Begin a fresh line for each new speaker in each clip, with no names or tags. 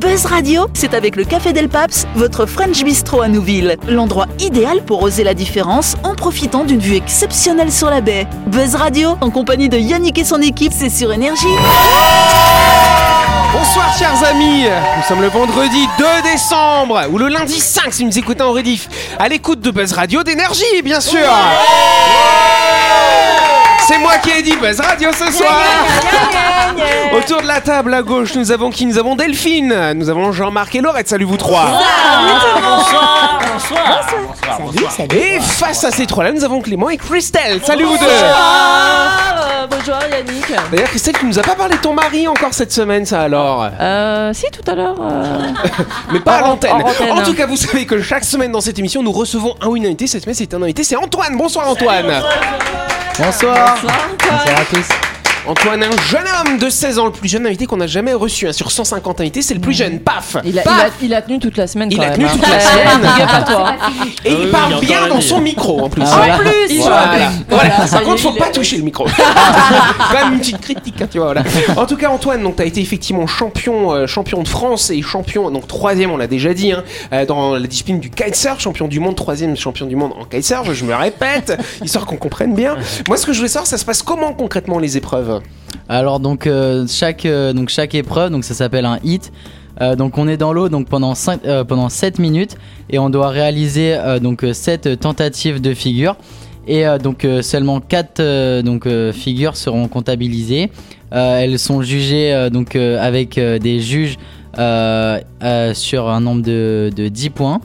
Buzz Radio, c'est avec le Café Del Paps, votre French Bistro à Nouville. L'endroit idéal pour oser la différence en profitant d'une vue exceptionnelle sur la baie. Buzz Radio, en compagnie de Yannick et son équipe, c'est sur Énergie.
Bonsoir chers amis, nous sommes le vendredi 2 décembre ou le lundi 5 si vous nous écoutez en rediff, à l'écoute de Buzz Radio d'énergie bien sûr. C'est moi qui ai dit Buzz Radio ce soir. Autour de la table à gauche, nous avons qui Nous avons Delphine, nous avons Jean-Marc et Laurette. Salut vous trois.
Bonsoir, bonsoir.
Et face à ces trois-là, nous avons Clément et Christelle. Salut vous deux.
Bonsoir, euh, bonjour Yannick.
D'ailleurs Christelle, tu nous as pas parlé de ton mari encore cette semaine, ça alors.
Euh, si tout à l'heure. euh,
Mais pas à
En-
l'antenne.
en antenne.
En tout cas, vous savez que chaque semaine dans cette émission, nous recevons un ou une invitée. Cette semaine, c'est un invité, c'est Antoine. Bonsoir Antoine.
Bonsoir.
Bonsoir. Bonsoir à tous.
Antoine, un jeune homme de 16 ans, le plus jeune invité qu'on a jamais reçu. hein. Sur 150 invités, c'est le
Mmh.
plus jeune. Paf
Il a, il,
Paf
a, il a tenu toute la semaine.
Il
quand
a
même,
tenu
hein.
toute la
Ouais,
semaine.
big up à toi.
Et il
Ah oui, il
parle
entend
bien
la
dans
vie.
son micro en plus.
Ah, voilà.
plus, il
Voilà.
joue.
Voilà.
Voilà, ça
Par
y
contre,
est,
faut
il
pas
est-
toucher le micro. Quand même une petite critique, hein, tu vois. Voilà. En tout cas, Antoine, donc as été effectivement champion, euh, champion de France et champion, donc troisième, on l'a déjà dit, hein, euh, dans la discipline du kitesurf, champion du monde, troisième champion du monde en kitesurf. Je me répète, histoire qu'on comprenne bien. Moi, ce que je voulais savoir, ça se passe comment concrètement les épreuves
Alors donc euh, chaque euh, donc chaque épreuve donc ça s'appelle un hit. Euh, donc on est dans l'eau donc pendant 5, euh, pendant 7 minutes et on doit réaliser euh, donc 7 tentatives de figure et euh, donc euh, seulement 4 donc euh, figures seront comptabilisées. Euh, elles sont jugées euh, donc euh, avec euh, des juges euh, euh, sur un nombre de, de 10 points.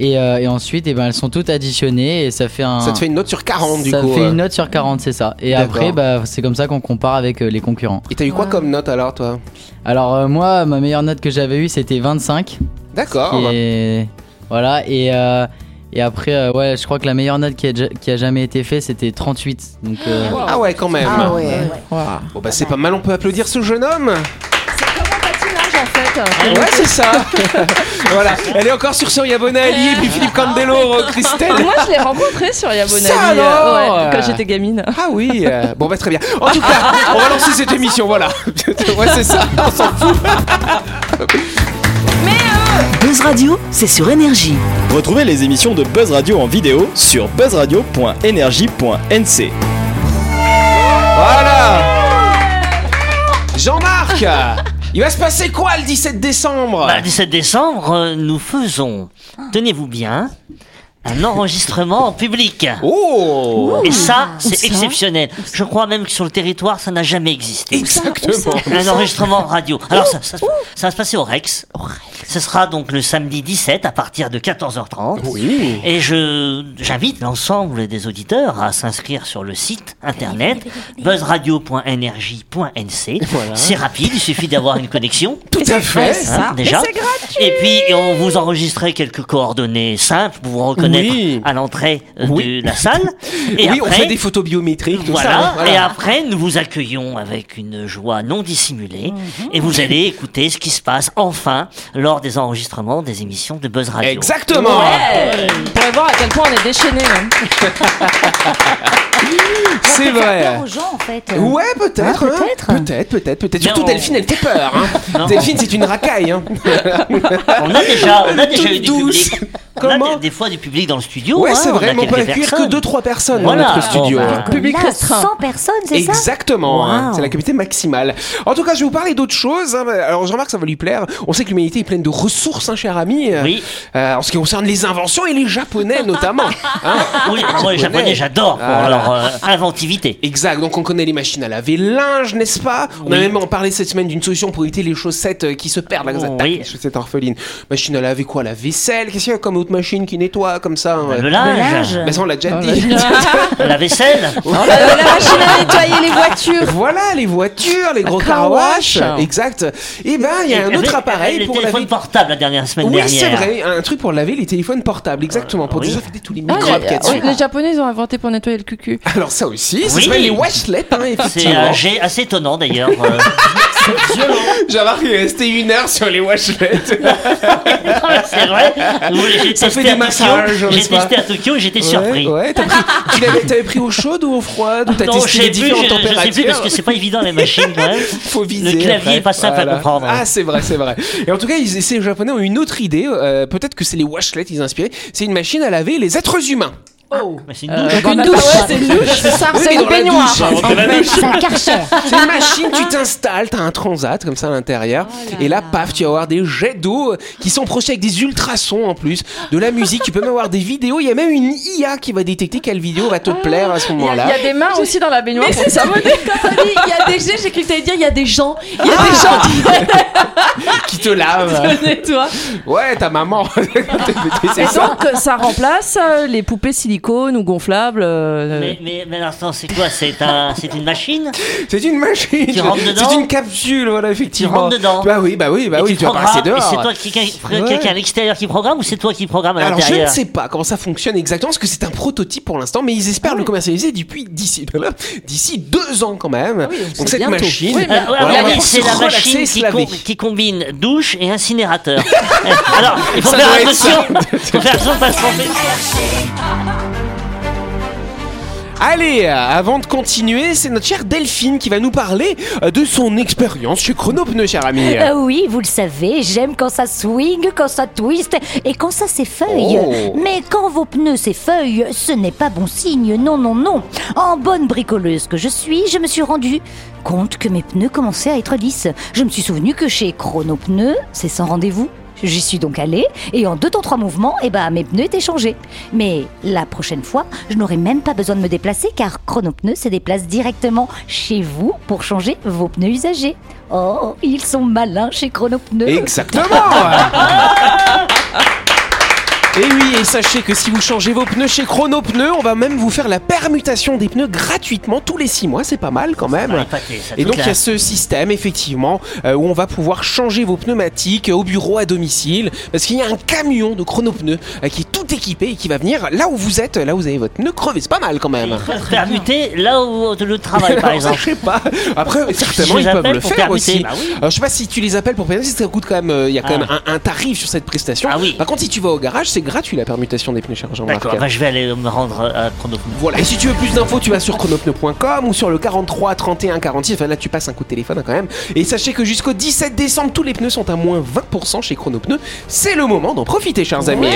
Et, euh, et ensuite, eh ben, elles sont toutes additionnées et ça fait un.
Ça te fait une note sur 40 du
Ah. ça
coup.
fait
euh.
une note sur 40, c'est ça. Et
D'accord.
après, bah, c'est comme ça qu'on compare avec euh, les concurrents.
Et t'as eu quoi
Ouais.
comme note alors, toi
Alors, euh, moi, ma meilleure note que j'avais eue, c'était 25.
D'accord.
qui est- Voilà, et, euh, et après, euh, ouais, je crois que la meilleure note qui a, ja- qui a jamais été faite, c'était 38. Donc, euh,
Ah ouais, quand même.
Ah ouais.
Bon bah c'est pas mal, on peut applaudir ce jeune homme.
Patinage en fait.
Ouais, c'est ça. voilà. Elle est encore sur Soria Ali et puis Philippe Candelo, Christelle.
Moi je l'ai rencontré sur Yabonali
Ça alors
ouais, quand j'étais gamine.
Ah oui, euh, bon bah très bien. En tout cas, on va lancer cette émission, voilà. ouais, c'est ça, on s'en fout.
Buzz Radio, c'est sur Énergie.
Retrouvez les émissions de Buzz Radio en vidéo sur buzzradio.energie.nc.
Voilà. Jean-Marc, il va se passer quoi le 17 décembre
Bah, 17 décembre, euh, nous faisons, tenez-vous bien, un enregistrement en public.
Oh
Et ça, c'est
ça
exceptionnel. Je crois même que sur le territoire, ça n'a jamais existé.
Exactement.
Un enregistrement radio. Alors, ça, ça se- ça va se passer au Rex. Ce sera donc le samedi 17 à partir de 14h30.
Oui.
Et je j'invite l'ensemble des auditeurs à s'inscrire sur le site internet buzzradio.energie.nc. C'est rapide, il suffit d'avoir une connexion.
Tout à fait.
Hein, déjà.
c'est gratuit.
Et puis et on vous enregistrait quelques coordonnées simples pour vous reconnaître
Oui.
à l'entrée euh,
Oui.
de la salle. Et
oui, on
après,
fait des photos biométriques, tout
voilà,
ça.
Et après, nous vous accueillons avec une joie non dissimulée.
Mhm.
Et vous allez écouter ce qui se passe enfin lors des enregistrements des émissions de Buzz Radio.
Exactement.
Vous pourrez voir à quel point on est déchaînés. hein.
C'est vrai.
peur aux gens en fait.
Ouais, peut-être.
Ouais,
hein.
peut-être.
Peut-être, peut-être, peut-être.
Mais
Surtout
on-
Delphine, elle fait peur. hein.
Non.
Delphine, c'est une racaille. hein.
On a déjà, on a
Toute
déjà eu du
douce.
public. On
Comment
a des, des fois du public dans le studio.
ouais,
hein,
c'est
on
vrai,
a
mais on peut
quelques
accueillir que
personnes.
2-3 personnes
Voilà.
dans notre
Bon,
studio. hein.
bah,
Public
Là,
restreint.
100 personnes, c'est ça
Exactement, hein.
Wow.
c'est la capacité maximale. En tout cas, je vais vous parler d'autre chose. hein. Alors, je remarque que ça va lui plaire. On sait que l'humanité est pleine de ressources, hein, cher ami.
Oui.
Euh, en ce qui concerne les inventions et les japonais notamment. hein.
Oui, moi,
Japonais.
les japonais, j'adore pour
Ah.
leur euh, inventivité.
Exact, donc on connaît les machines à laver linge, n'est-ce pas On a
Oui.
même en parlé cette semaine d'une solution pour éviter les chaussettes euh, qui se perdent, là, comme ça, tac,
Oui.
les chaussettes orphelines. Machine à laver quoi La vaisselle Qu'est-ce qu'il y a comme autre machine qui nettoie comme ça hein, ouais.
Le linge,
linge.
Bah ça on l'a déjà dit.
la vaisselle,
Euh, la machine à nettoyer les voitures.
voilà les voitures, les gros
car
car wash.
wash.
Exact. Et ben il y a un
Et-
autre
et-
appareil
les
pour
téléphones
laver.
portables la dernière semaine
Oui,
dernière.
c'est vrai, un truc pour laver les téléphones portables, exactement, pour
oui.
désinfecter tous les
Ah,
microbes
les-
qu'il y a dessus.
oui, les Japonais ils ont inventé pour nettoyer le cucu.
Alors ça aussi, ça
Oui.
s'appelle les washlets, hein,
C'est un
effectivement.
jet assez étonnant d'ailleurs. euh.
J'ai remarqué qu'il est resté une heure sur les washlets.
c'est vrai. Oui, j'ai
Ça fait
testé
des
à
massages,
Tokyo,
n'est-ce
J'ai
pas
testé à Tokyo et j'étais surpris.
Ouais, ouais, t'as pris, tu l'avais- t'avais pris au chaud ou au froid ou t'as
Non,
testé
je sais
les
plus, je,
différentes
je je sais plus parce que c'est pas évident les machines quand même.
faut viser.
clavier
après.
est pas simple à comprendre.
Ah, c'est vrai, c'est vrai. Et en tout cas, ils, ces Japonais ont une autre idée. euh, Peut-être que c'est les washlets, ils ont inspiré. C'est une machine à laver les êtres humains.
Oh, Mais c'est une douche.
euh,
Une douche, Ah bah, c'est une douche, c'est ça,
Oui, mais
c'est
dans
une
la
baignoire.
douche.
Avant de la douche.
C'est un karcher.
C'est une machine, tu t'installes, t'as un transat comme ça à
Oh
l'intérieur. et là, paf, tu vas avoir des jets d'eau qui sont projetés avec des ultrasons en plus, de la musique. Tu peux même avoir des vidéos. Il y a même une IA qui va détecter quelle vidéo va te plaire à ce
Ah, Il y, a, il y
moment-là.
a des mains aussi dans la baignoire. pour ça.
Quand t'as dit il y a des jets, j'ai cru que t'allais dire il y a des gens. Il y a des gens
Qui te lave.
qui te nettoient.
Ouais, ta maman.
Et
C'est ça.
donc, ça remplace euh, les poupées silicone ou gonflables. euh,
Mais, mais, mais l'instant, c'est quoi C'est un, c'est une machine
C'est une machine.
Tu rentres dedans
C'est une capsule, voilà, effectivement.
rentres dedans.
Bah oui, bah oui, bah
Et
oui, tu vas pas rester
programmes,
dehors.
Et c'est toi qui, quelqu'un
Ouais.
à l'extérieur qui programme ou c'est toi qui programme à
Alors je ne
l'intérieur
sais pas comment ça fonctionne exactement, parce que c'est un prototype pour l'instant, mais ils
Ah
espèrent le commercialiser depuis d'ici d'ici deux ans quand même.
Ah
Donc cette
bientôt.
machine,
Oui, mais-
Euh, ouais,
voilà,
regardez,
on va
c'est la
relaxer,
machine
se
qui,
laver.
com- qui combine douche et incinérateur. Eh, Alors, il faut
Ça
faire
doit être
attention. Il faut faire attention de pas se tromper.
Allez, euh, avant de continuer, c'est notre chère Delphine qui va nous parler euh, de son expérience chez Chronopneu, cher ami.
Euh, oui, vous le savez, j'aime quand ça swing, quand ça twist et quand ça s'effeuille.
Oh.
Mais quand vos pneus s'effeuillent, ce n'est pas bon signe, non, non, non. En bonne bricoleuse que je suis, je me suis rendue compte que mes pneus commençaient à être lisses. Je me suis souvenu que chez Chrono Pneus, c'est sans rendez-vous. J'y suis donc allée et en deux temps trois mouvements, eh ben, mes pneus étaient changés. Mais la prochaine fois, je n'aurai même pas besoin de me déplacer car Chrono Pneus se déplace directement chez vous pour changer vos pneus usagés. Oh, ils sont malins chez Chronopneu.
Exactement. Et Eh oui, et sachez que si vous changez vos pneus chez Chrono Pneus, on va même vous faire la permutation des pneus gratuitement tous les six mois, c'est pas mal quand même.
Ouais, pâté, ça,
Et
toute
donc il y
la-
a ce système effectivement euh, où on va pouvoir changer vos pneumatiques euh, au bureau à domicile parce qu'il y a un camion de chronopneus euh, qui est tout équipé et qui va venir là où vous êtes, là où vous avez votre pneu crevé, c'est pas mal quand même.
Ils peuvent permuter là où le travail, par
Alors, ça,
exemple.
je sais pas. Après, euh, certainement,
les
ils peuvent
appelle
le
pour
faire
permuter,
aussi.
bah oui.
Alors, je sais pas si tu les appelles pour permuter, ça coûte quand même. euh, Il y a quand
Ah.
même un, un tarif sur cette prestation.
Ah oui.
Par contre, si tu vas au garage, c'est gratuit la permutation des pneus chargés en
D'accord, bah, je vais aller me rendre euh, à Chrono.
Voilà. Et si tu veux plus d'infos, tu vas sur chronopneu.com ou sur le 43 31 46. Enfin, là, tu passes un coup de téléphone hein, quand même. Et sachez que jusqu'au 17 décembre, tous les pneus sont à moins 20% chez Chronopneu. C'est le moment d'en profiter, chers amis.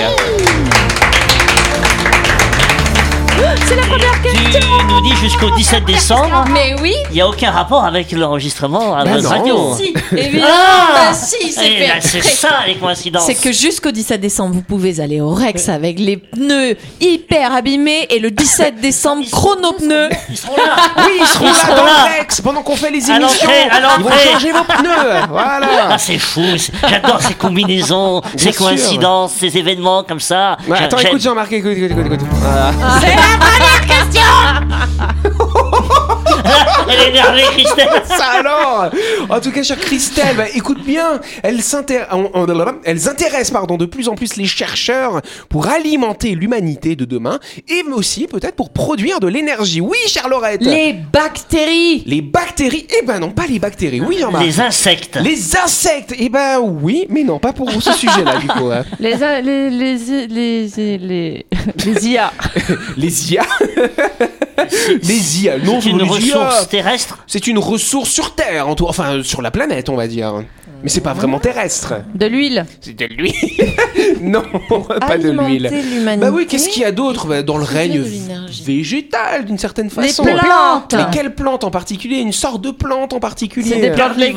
Tu nous dis jusqu'au 17 décembre,
Mais oui,
il n'y a aucun rapport avec l'enregistrement à
Bah
votre
non.
radio.
si, évidemment,
Ah
bah si,
Eh,
c'est
Et
fait
là, c'est
exprès.
ça les coïncidences.
C'est que jusqu'au 17 décembre, vous pouvez aller au Rex avec les pneus hyper abîmés et le 17 décembre, chrono pneus.
Ils seront là.
Oui, ils seront
Ils
là
seront
dans
là.
le Rex pendant qu'on fait les
À
émissions.
l'entrée, à
ils vont
l'entrée.
changer vos pneus. Voilà.
Ah, c'est fou, c'est- j'adore ces combinaisons, ces
sûr.
coïncidences, ces événements comme ça.
Ouais,
J'a-
attends,
j'aime.
écoute Jean-Marc, écoute, écoute, écoute, écoute. Voilà.
Elle est énervée, Christelle.
Ça alors En tout cas, chère Christelle, bah, écoute bien, elles, s'intér- on- on- elles intéressent pardon, de plus en plus les chercheurs pour alimenter l'humanité de demain et aussi peut-être pour produire de l'énergie. Oui, Charlorette
Les bactéries
Les bactéries Eh ben non, pas les bactéries, oui, Jean-Marc
Les insectes.
les insectes Eh ben oui, mais non, pas pour ce sujet-là, du coup. hein.
Les, a- les, les, les, les, les- les IA.
Les IA Les IA, non,
C'est une
les
ressource
IA.
terrestre.
oh, C'est une ressource sur Terre, en tout- enfin, sur la planète, on va dire. Mais c'est pas
Ah.
vraiment terrestre.
De l'huile.
C'est de l'huile Non, pas de l'huile.
Alimenter l'humanité.
Bah oui, qu'est-ce qu'il y a d'autre Bah, Dans le règne
de l'énergie.
végétal, d'une certaine façon.
plantes.
Mais quelle plante en particulier Une sorte de plante en particulier
C'est des plantes lég-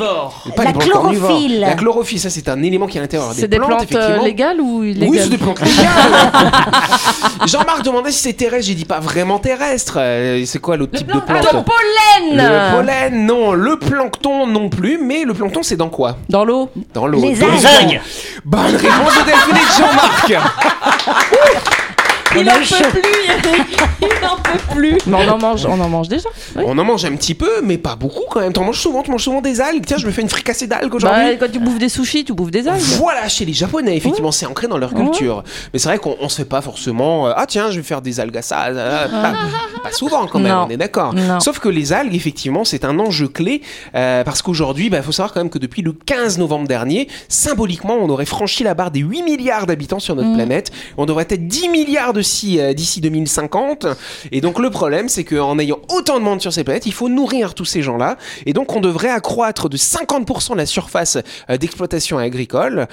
Pas
La
des plantes carnivores.
chlorophylle.
La chlorophylle, ça c'est un élément qui est à l'intérieur des,
C'est des plantes euh,
effectivement.
légales ou illégales
Oui, c'est des plantes légales. Jean-Marc demandait si c'est terrestre, j'ai dit pas vraiment terrestre. Euh, C'est quoi l'autre type de plante
Ah, pollen
Le pollen, non. Le plancton, non plus. Mais le plancton, c'est dans quoi
Dans l'eau.
Dans l'eau.
Les
Dans
Les
algues.
algues.
Bonne réponse de Delphine et de Jean-Marc
Il en peut plus Il en peut plus
Mais on en mange, on en mange déjà. Oui.
On en mange un petit peu, mais pas beaucoup quand même. T'en manges souvent, tu manges souvent des algues. Tiens, je me fais une fricassée d'algues
Bah,
aujourd'hui.
quand tu bouffes des sushis, tu bouffes des algues.
voilà, chez les Japonais, effectivement, c'est ancré dans leur culture. Mais c'est vrai qu'on on se fait pas forcément. euh, ah tiens, je vais faire des algues à ça. euh, pas, pas souvent quand même,
Ah. Non.
on est d'accord.
Non.
Sauf que les algues, effectivement, c'est un enjeu clé euh, parce qu'aujourd'hui, il faut savoir quand même que depuis le 15 novembre dernier,
Mm.
symboliquement, on aurait franchi la barre des 8 milliards d'habitants sur notre planète. On devrait être 10 milliards de aussi euh, d'ici 2050. Et donc le problème, c'est qu'en ayant autant de monde sur ces planètes, il faut nourrir tous ces gens-là. Et donc on devrait accroître de 50% la surface euh, d'exploitation agricole,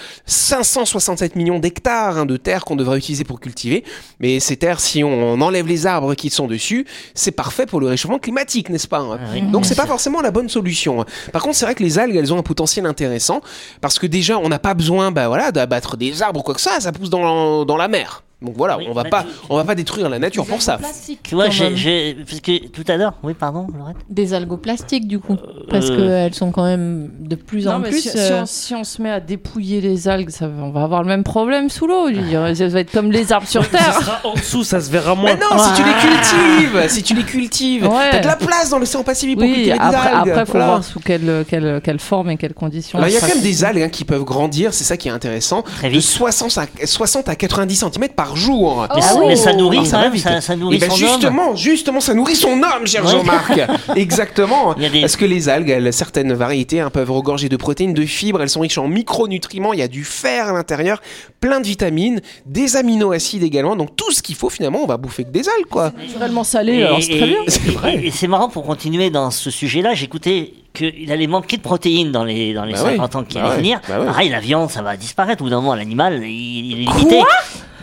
567 millions d'hectares hein, de terres qu'on devrait utiliser pour cultiver. Mais ces terres, si on enlève les arbres qui sont dessus, c'est parfait pour le réchauffement climatique, n'est-ce pas hein
Ah oui,
Donc
bien
c'est pas
sûr.
forcément la bonne solution. hein. Par contre, c'est vrai que les algues, elles ont un potentiel intéressant parce que déjà, on n'a pas besoin, bah voilà, d'abattre des arbres ou quoi que ça, ça pousse dans, dans la mer. Donc voilà,
Oui,
on va
bah,
pas,
tu-
on va pas détruire la nature pour ça.
Tu vois,
quand
j'ai,
même.
j'ai- parce que tout à l'heure, oui, pardon, Laurette.
Des algoplastiques, du coup. Parce
euh,
qu'elles sont quand même de plus en
Non, mais
plus.
si, si
euh,
on, si on se met à dépouiller les algues, ça va- on va avoir le même problème sous l'eau. je veux dire. Ça va être comme les arbres sur
Ça
Terre.
sera-
Ah, en dessous, ça se verra moins.
Mais non, si tu les cultives, si tu les cultives,
Ouais.
t'as de la place dans l'océan Pacifique pour
Oui,
cultiver des
après,
algues.
après, faut
Voilà.
voir sous quelle, quelle, quelle forme et quelles conditions.
Alors, il y a
ça
quand même
sera-
des algues hein, qui peuvent grandir, c'est ça qui est intéressant,
Très
de
vite.
60 à, 60 à 90 cm par jour.
Mais, ça-
Oh.
mais ça
Ah, ça
nourrit, quand
va
même,
vite.
ça, ça nourrit
Et ben
son homme.
justement, justement, ça nourrit son homme, cher
Ouais.
Jean-Marc. Exactement.
Il y a des-
Parce que les algues, elles, certaines variétés hein, peuvent regorger de protéines, de fibres, elles sont riches en micronutriments, il y a du fer à l'intérieur, plein de vitamines, des aminoacides également. Donc tout ce qu'il faut finalement, on va bouffer que des algues, quoi.
Naturellement salé,
Et-
Eh, alors c'est très
et-
bien.
C'est
et-
vrai.
et- et c'est marrant pour continuer dans ce sujet-là. J'écoutais qu'il allait manquer de protéines dans les, dans les
Bah
50
oui.
ans qui
Bah
allaient
oui.
venir.
Bah oui.
Pareil, la viande, ça va disparaître. Au bout d'un moment, l'animal, il, il est limité.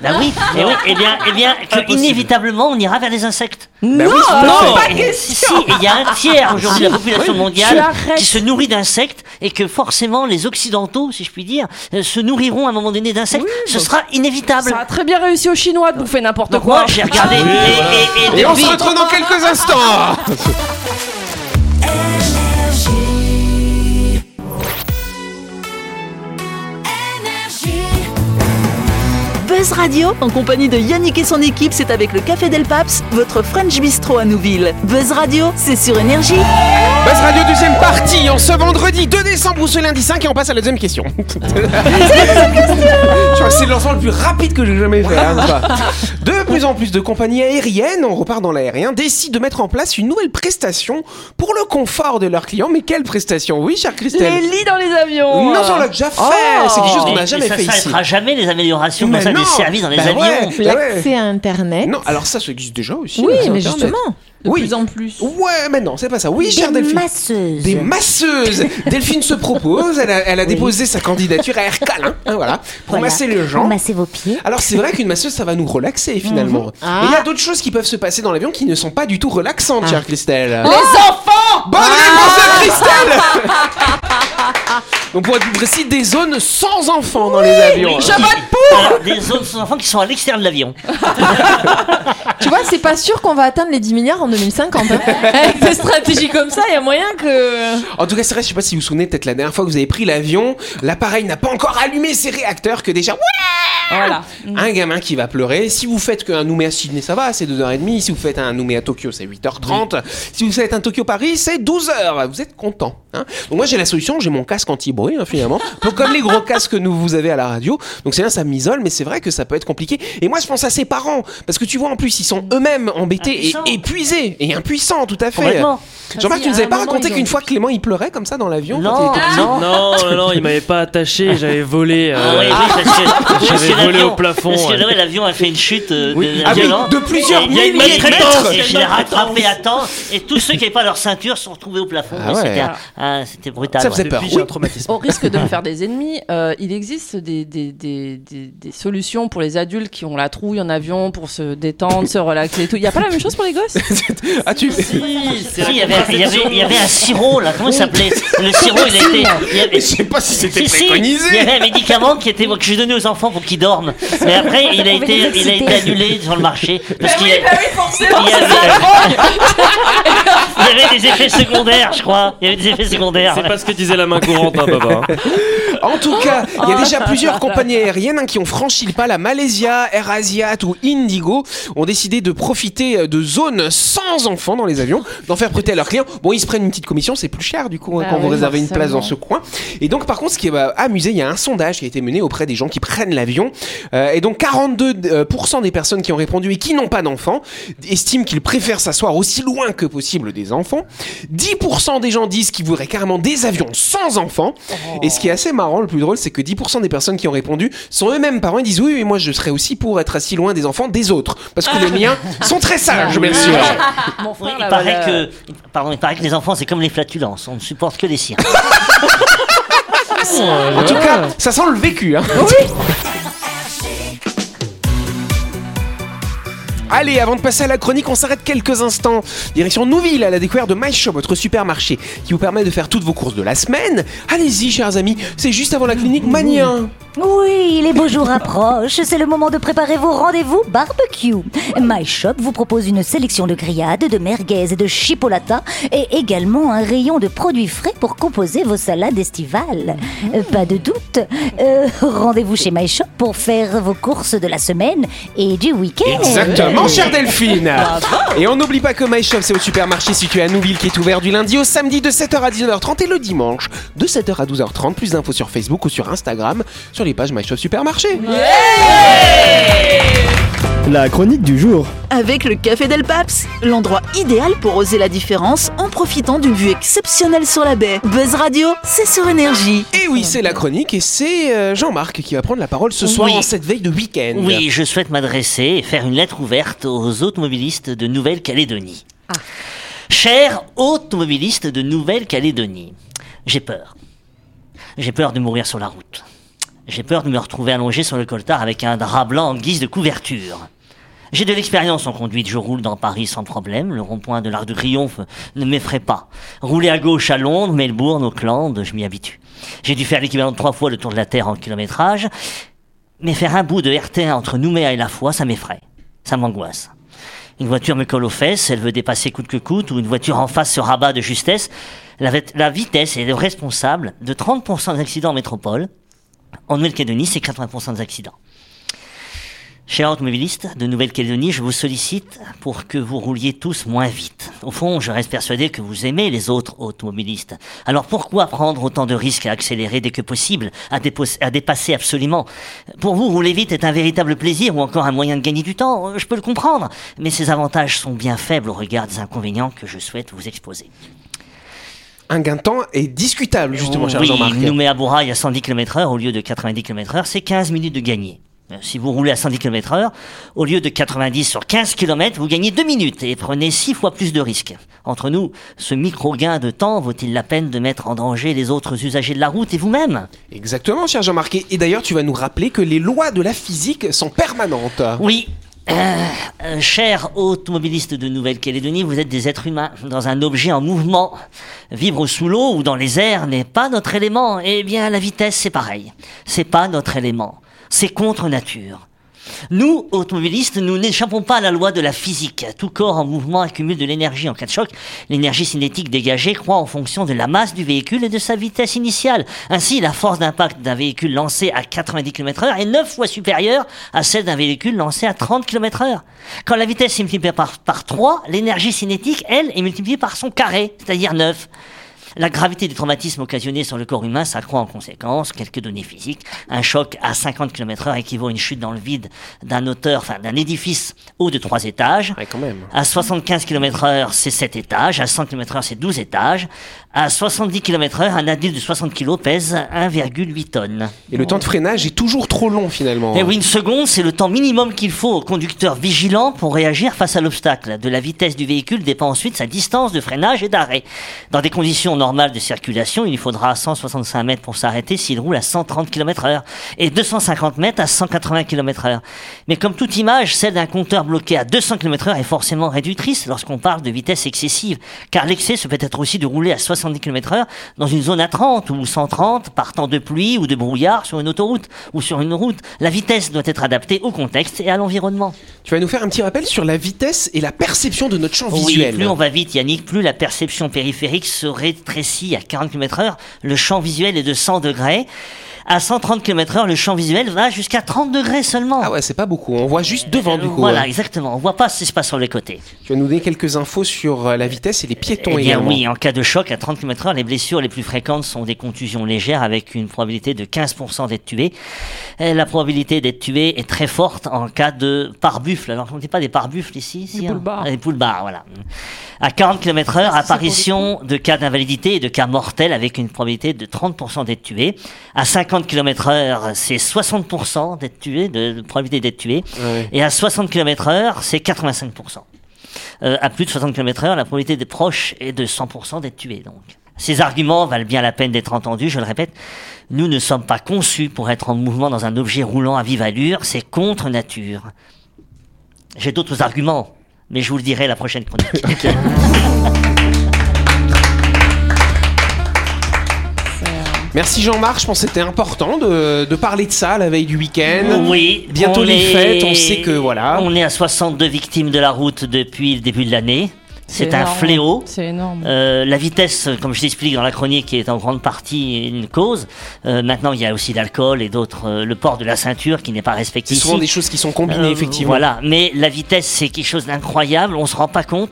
bah oui, et oui, et bien, et bien, que inévitablement, on ira vers les insectes.
Bah oui, c'est
Non,
parfait.
et- si, si, et il y a un tiers aujourd'hui de la population
Tu
mondiale
arrêtes.
qui se nourrit d'insectes et que forcément les occidentaux, si je puis dire, euh, se nourriront à un moment donné d'insectes. Ce sera inévitable.
Ça a très bien réussi aux Chinois de bouffer n'importe
Donc
quoi.
moi, j'ai regardé et- et, et
Ah Et on
depuis-
se retrouve dans quelques instants.
Buzz Radio, en compagnie de Yannick et son équipe, c'est avec le Café Del Paps, votre French Bistro à Nouville. Buzz Radio, c'est sur Énergie.
Buzz Radio deuxième partie en ce vendredi 2 décembre ou ce lundi 5 et on passe à la deuxième question. Je crois que C'est le lancement le plus rapide que j'ai jamais fait. hein, ça. de plus en plus de compagnies aériennes, on repart dans l'aérien, décident de mettre en place une nouvelle prestation pour le confort de leurs clients. Mais quelle prestation Oui, chère
Les
Christelle.
lits dans les avions.
Non, on l'a déjà fait.
Oh.
C'est quelque chose qu'on
Mais-
n'a
mais
jamais
ça
fait ici.
s'arrêtera jamais les améliorations
Mais
comme ça
non.
des services dans les
Bah
avions.
ouais, bah ouais.
L'accès à Internet.
Non, alors ça, ça existe déjà aussi. hein,
oui,
sur
mais
Internet.
justement, de
Oui.
plus en plus.
Ouais, mais non, c'est pas ça. Oui, chère
Des
Delphine.
masseuses.
Des masseuses Delphine se propose, elle a, elle a déposé sa candidature à Air Calin, hein, voilà, pour
Voilà.
masser les
Pour
gens.
masser Mhm. vos pieds.
Alors c'est vrai qu'une masseuse, ça va nous relaxer finalement.
Ah.
Mais il y a d'autres choses qui peuvent se passer dans l'avion qui ne sont pas du tout relaxantes, chère Christelle.
Oh.
Les enfants
Bonne
Ah.
réponse à Christelle On pourrait plus précis des zones sans enfants dans les avions.
Oui. Alors, des zones sans enfants qui sont à l'extérieur de l'avion.
Tu vois, c'est pas sûr qu'on va atteindre les 10 milliards en 2050. hein. Avec des stratégies comme ça, il y a moyen que.
En tout cas, c'est vrai, je sais pas si vous vous souvenez, peut-être la dernière fois que vous avez pris l'avion, l'appareil n'a pas encore allumé ses réacteurs que déjà...
Voilà.
Mm.
Un gamin qui va pleurer. Si vous faites qu'un Nouméa Sydney, ça va, c'est 2h30. Si vous faites un Nouméa Tokyo, c'est 8h30. Si vous faites un Tokyo Paris, c'est 12h. Vous êtes content. hein. Donc moi j'ai la solution, j'ai mon casque anti-bruit hein, finalement. Un peu comme les gros casques que nous vous avez à la radio. Donc c'est bien, ça m'isole, mais c'est vrai que ça peut être compliqué. Et moi je pense à ses parents parce que tu vois en plus ils sont eux-mêmes embêtés
Mm. Impuissants.
et épuisés et impuissants tout à fait.
Complètement.
Jean-Marc, tu
Ah,
nous
si, à
avais
un
pas
moment,
raconté
ils ont-
qu'une fois Clément il pleurait comme ça dans l'avion quand il
Non,
était petit
non.
Non, non, non, il m'avait pas attaché, j'avais volé.
Ah
euh,
oui, oui, parce que- parce que
J'avais volé
l'avion-
au plafond.
Parce que
ouais.
là, ouais, l'avion a fait une chute euh,
Oui.
de-
Ah oui,
violente.
de plusieurs
Et il y a une
milliers de
maltraitance.
mètres.
Et Je l'ai rattrapé à temps. Et tous ceux qui n'avaient pas leur ceinture sont retrouvés au plafond.
Ah
Et
ouais.
c'était un- un- C'était brutal.
Ça
ouais.
faisait peur.
Depuis,
Ah oui.
j'ai un traumatisme.
Au risque de me faire des ennemis, euh, il existe des, des, des, des, des solutions pour les adultes qui ont la trouille en avion pour se détendre, se relaxer et tout. Il n'y a pas la même chose pour les gosses
Ah, tu...
Si, si, il y avait- il y avait- il y avait un sirop là, comment il s'appelait Le sirop, il a été. il y avait-
Je sais pas si c'était
Si, si,
préconisé.
il y avait un médicament qui était, que j'ai donné aux enfants pour qu'ils dorment. Mais après, il a,
Vous
été,
pouvez les
il a été
citer.
annulé sur le marché. Parce qu'il y a- il y avait, il y avait des effets secondaires, je crois. Il y avait des effets secondaires.
C'est pas ce que disait la main courante, hein, papa. hein.
En tout cas, il y a déjà plusieurs compagnies aériennes hein, qui ont franchi le pas. La Malaysia, Air Asiat ou Indigo ont décidé de profiter euh, de zones sans enfants dans les avions, d'en faire prêter à leurs clients. Bon, ils se prennent une petite commission, c'est plus cher du coup hein,
Bah
quand vous
oui,
réservez une place
forcément.
dans ce coin. Et donc, par contre, ce qui est bah, amusé, il y a un sondage qui a été mené auprès des gens qui prennent l'avion. Euh, et donc, 42% des personnes qui ont répondu et qui n'ont pas d'enfants estiment qu'ils préfèrent s'asseoir aussi loin que possible des enfants. 10% des gens disent qu'ils voudraient carrément des avions sans enfants. Et ce qui est assez marrant, parents, le plus drôle, c'est que 10% des personnes qui ont répondu sont eux-mêmes parents. Ils disent oui, mais moi je serais aussi pour être assis loin des enfants des autres. Parce que les miens sont très
Ah
sages, bien sûr.
Mon frère,
Il
là,
paraît,
voilà.
que, pardon, il paraît que les enfants, c'est comme les flatulences, on ne supporte que les siens.
En tout cas, ça sent le vécu. Hein. Allez, avant de passer à la chronique, on s'arrête quelques instants. Direction Nouville, à la découverte de My Shop, votre supermarché qui vous permet de faire toutes vos courses de la semaine. Allez-y, chers amis, c'est juste avant la clinique Mania.
Oui, les beaux jours approchent, c'est le moment de préparer vos rendez-vous barbecue. My Shop vous propose une sélection de grillades, de merguez et de chipolata et également un rayon de produits frais pour composer vos salades estivales. Euh, Pas de doute, euh, rendez-vous chez My Shop pour faire vos courses de la semaine et du week-end.
Exactement, chère Delphine. Et on n'oublie pas que My Shop, c'est au supermarché situé à Nouville qui est ouvert du lundi au samedi de 7h à 19h30 et le dimanche de 7h à 12h30. Plus d'infos sur Facebook ou sur Instagram sur les pages My Shop Supermarché.
La chronique du jour.
Avec le Café Del Paps, l'endroit idéal pour oser la différence en profitant d'une vue exceptionnelle sur la baie. Buzz Radio, c'est sur énergie.
Et oui, c'est la chronique et c'est euh, Jean-Marc qui va prendre la parole ce soir
Oui.
en cette veille de week-end.
Oui, je souhaite m'adresser et faire une lettre ouverte aux automobilistes de Nouvelle-Calédonie. Chers automobilistes de Nouvelle-Calédonie, j'ai peur. J'ai peur de mourir sur la route. J'ai peur de me retrouver allongé sur le coltard avec un drap blanc en guise de couverture. J'ai de l'expérience en conduite, je roule dans Paris sans problème, le rond-point de l'Arc de Triomphe ne m'effraie pas. Rouler à gauche à Londres, Melbourne, Auckland, je m'y habitue. J'ai dû faire l'équivalent de trois fois le tour de la Terre en kilométrage, mais faire un bout de RT entre Nouméa et La Foix, ça m'effraie. Ça m'angoisse. Une voiture me colle aux fesses, elle veut dépasser coûte que coûte, ou une voiture en face se rabat de justesse. La, vit- la vitesse est responsable de 30% des accidents en métropole. En Nouvelle-Calédonie, c'est 80% des accidents. Chers automobilistes de Nouvelle-Calédonie, je vous sollicite pour que vous rouliez tous moins vite. Au fond, je reste persuadé que vous aimez les autres automobilistes. Alors pourquoi prendre autant de risques à accélérer dès que possible, à, dépos- à dépasser absolument Pour vous, rouler vite est un véritable plaisir ou encore un moyen de gagner du temps, euh, je peux le comprendre, mais ces avantages sont bien faibles au regard des inconvénients que je souhaite vous exposer.
Un gain de temps est discutable, justement, cher
oui,
Jean-Marc.
Nouméa à à 110 km/h au lieu de 90 km/h, c'est 15 minutes de gagner. Euh, Si vous roulez à 110 km/h, au lieu de 90 sur 15 km, vous gagnez 2 minutes et prenez 6 fois plus de risques. Entre nous, ce micro-gain de temps vaut-il la peine de mettre en danger les autres usagers de la route et vous-même
Exactement, cher Jean-Marc. Et- Et d'ailleurs, tu vas nous rappeler que les lois de la physique sont permanentes.
Oui. Euh, euh, chers automobilistes de Nouvelle-Calédonie, vous êtes des êtres humains dans un objet en mouvement. Vivre sous l'eau ou dans les airs n'est pas notre élément. Eh bien, la vitesse, c'est pareil. C'est pas notre élément. C'est contre nature. Nous, automobilistes, nous n'échappons pas à la loi de la physique. Tout corps en mouvement accumule de l'énergie en cas de choc. L'énergie cinétique dégagée croît en fonction de la masse du véhicule et de sa vitesse initiale. Ainsi, la force d'impact d'un véhicule lancé à 90 km heure est 9 fois supérieure à celle d'un véhicule lancé à 30 km heure. Quand la vitesse est multipliée par, par 3, l'énergie cinétique, elle, est multipliée par son carré, c'est-à-dire 9. La gravité des traumatismes occasionnés sur le corps humain s'accroît en conséquence. Quelques données physiques. Un choc à 50 km heure équivaut à une chute dans le vide d'un hauteur, enfin, d'un édifice haut de trois étages.
Ouais, quand même.
À 75 km heure, c'est 7 étages. À 100 km heure, c'est 12 étages. À 70 km heure, un adulte de 60 kg pèse 1,8 tonnes.
Et le temps de freinage est toujours trop long, finalement.
Eh oui, une seconde, c'est le temps minimum qu'il faut au conducteur vigilant pour réagir face à l'obstacle. De la vitesse du véhicule dépend ensuite sa distance de freinage et d'arrêt. Dans des conditions normales de circulation, il lui faudra 165 mètres pour s'arrêter s'il roule à 130 km heure et 250 mètres à 180 km heure. Mais comme toute image, celle d'un compteur bloqué à 200 km heure est forcément réductrice lorsqu'on parle de vitesse excessive, car l'excès se peut être aussi de rouler à 70 km heure dans une zone à 30 ou 130 par temps de pluie ou de brouillard sur une autoroute ou sur une route. La vitesse doit être adaptée au contexte et à l'environnement.
Tu vas nous faire un petit rappel sur la vitesse et la perception de notre champ
Oui,
visuel.
plus on va vite, Yannick, plus la perception périphérique se rétrécit à 40 km heure. Le champ visuel est de 100 degrés. À 130 km heure, le champ visuel va jusqu'à 30 degrés seulement.
Ah ouais, c'est pas beaucoup. On voit juste devant, du coup.
Voilà,
hein.
exactement. On voit pas ce qui se passe sur les côtés.
Tu vas nous donner quelques infos sur euh, la vitesse et les piétons
Eh bien
également.
oui, en cas de choc à 30 km heure, les blessures les plus fréquentes sont des contusions légères avec une probabilité de 15% d'être tué. Et la probabilité d'être tué est très forte en cas de pare-buffle. Alors on ne dit pas des pare-buffles ici si, hein
poules-barres.
Des poules-barres, voilà. À 40 km heure, apparition de cas d'invalidité mortalité et de cas mortels avec une probabilité de 30% d'être tué. À 50 km heure, c'est 60% d'être tué, de, de probabilité d'être tué. Et à 60 km heure, c'est 85%. Euh, à plus de 60 km heure, la probabilité des proches est de 100% d'être tué, donc. Ces arguments valent bien la peine d'être entendus, je le répète. Nous ne sommes pas conçus pour être en mouvement dans un objet roulant à vive allure, c'est contre nature. J'ai d'autres arguments, mais je vous le dirai à la prochaine chronique.
Merci Jean-Marc, je pense que c'était important de, de parler de ça la veille du week-end.
Oui,
Bientôt
on
les
est-
fêtes, on sait que voilà.
On est à 62 victimes de la route depuis le début de l'année. C'est un
énorme.
fléau.
C'est énorme.
Euh, la vitesse, comme je t'explique dans la chronique, est en grande partie une cause. Euh, maintenant, il y a aussi l'alcool et d'autres, euh, le port de la ceinture qui n'est pas respecté.
C'est souvent
ici. Euh,
des choses qui sont combinées, effectivement.
Voilà, mais la vitesse, c'est quelque chose d'incroyable, on se rend pas compte.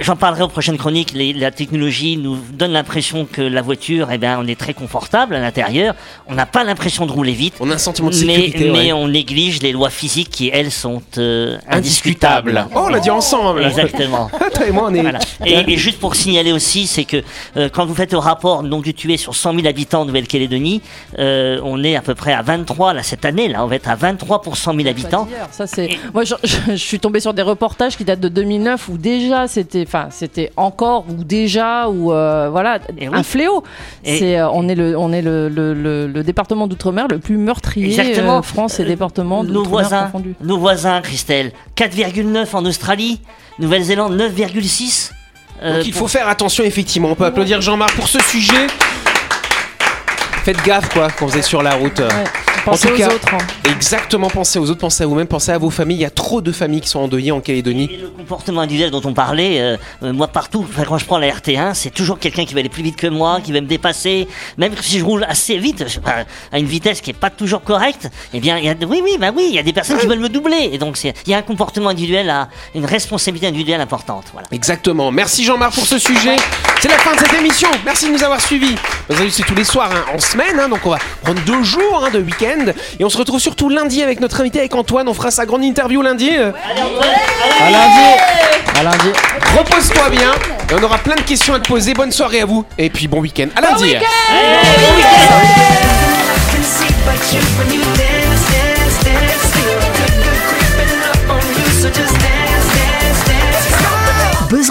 J'en parlerai aux prochaines chroniques. Les- la technologie nous donne l'impression que la voiture, eh ben, on est très confortable à l'intérieur. On n'a pas l'impression de rouler vite.
On a un sentiment de
mais,
sécurité,
Mais
ouais.
on néglige les lois physiques qui, elles, sont euh, indiscutables.
Oh, on l'a dit ensemble.
Exactement.
Toi et moi, on est.
Voilà. Et, et juste pour signaler aussi, c'est que euh, quand vous faites le rapport nombre du tué sur 100 000 habitants en Nouvelle-Calédonie, euh, on est à peu près à 23 là cette année. Là, on va être à 23 pour 100 000 habitants.
Ça c'est. Moi, je, je- je suis tombée sur des reportages qui datent de 2009 où déjà c'était, enfin, c'était encore ou déjà ou euh, voilà un fléau.
Eh Et-
C'est, euh, on est le, on est le, le, le- le département d'outre-mer le plus meurtrier.
Exactement.
euh, France et département
Nos
d'outre-mer
voisins,
confondus.
nos voisins, Christelle, 4,9 en Australie, Nouvelle-Zélande 9,6. euh,
Donc il
pour-
faut faire attention, effectivement. On peut applaudir Jean-Marc pour ce sujet. Faites gaffe, quoi, quand vous êtes sur la route.
pensez aux autres, hein.
Exactement, pensez aux autres, pensez à vous-même, pensez à vos familles. Il y a trop de familles qui sont endeuillées en Calédonie.
Le comportement individuel dont on parlait, euh, euh, moi partout, enfin, quand je prends la RT1, c'est toujours quelqu'un qui va aller plus vite que moi, qui va me dépasser, même si je roule assez vite, je- à- à une vitesse qui est pas toujours correcte, eh bien, il y a, oui, oui, bah oui, il y a des personnes qui veulent me doubler, et donc c'est- il y a un comportement individuel, à, une responsabilité individuelle importante, voilà.
Exactement. Merci Jean-Marc pour ce sujet. C'est la fin de cette émission. Merci de nous avoir suivis. Vous savez, C'est tous les soirs hein, en semaine, hein, donc on va prendre deux jours hein, de week-end. Et on se retrouve surtout lundi avec notre invité, avec Antoine. On fera sa grande interview lundi. euh,
À lundi. À lundi.
Repose-toi bien. Et on aura plein de questions à te poser. Bonne soirée à vous. Et puis bon week-end. À lundi.
Buzz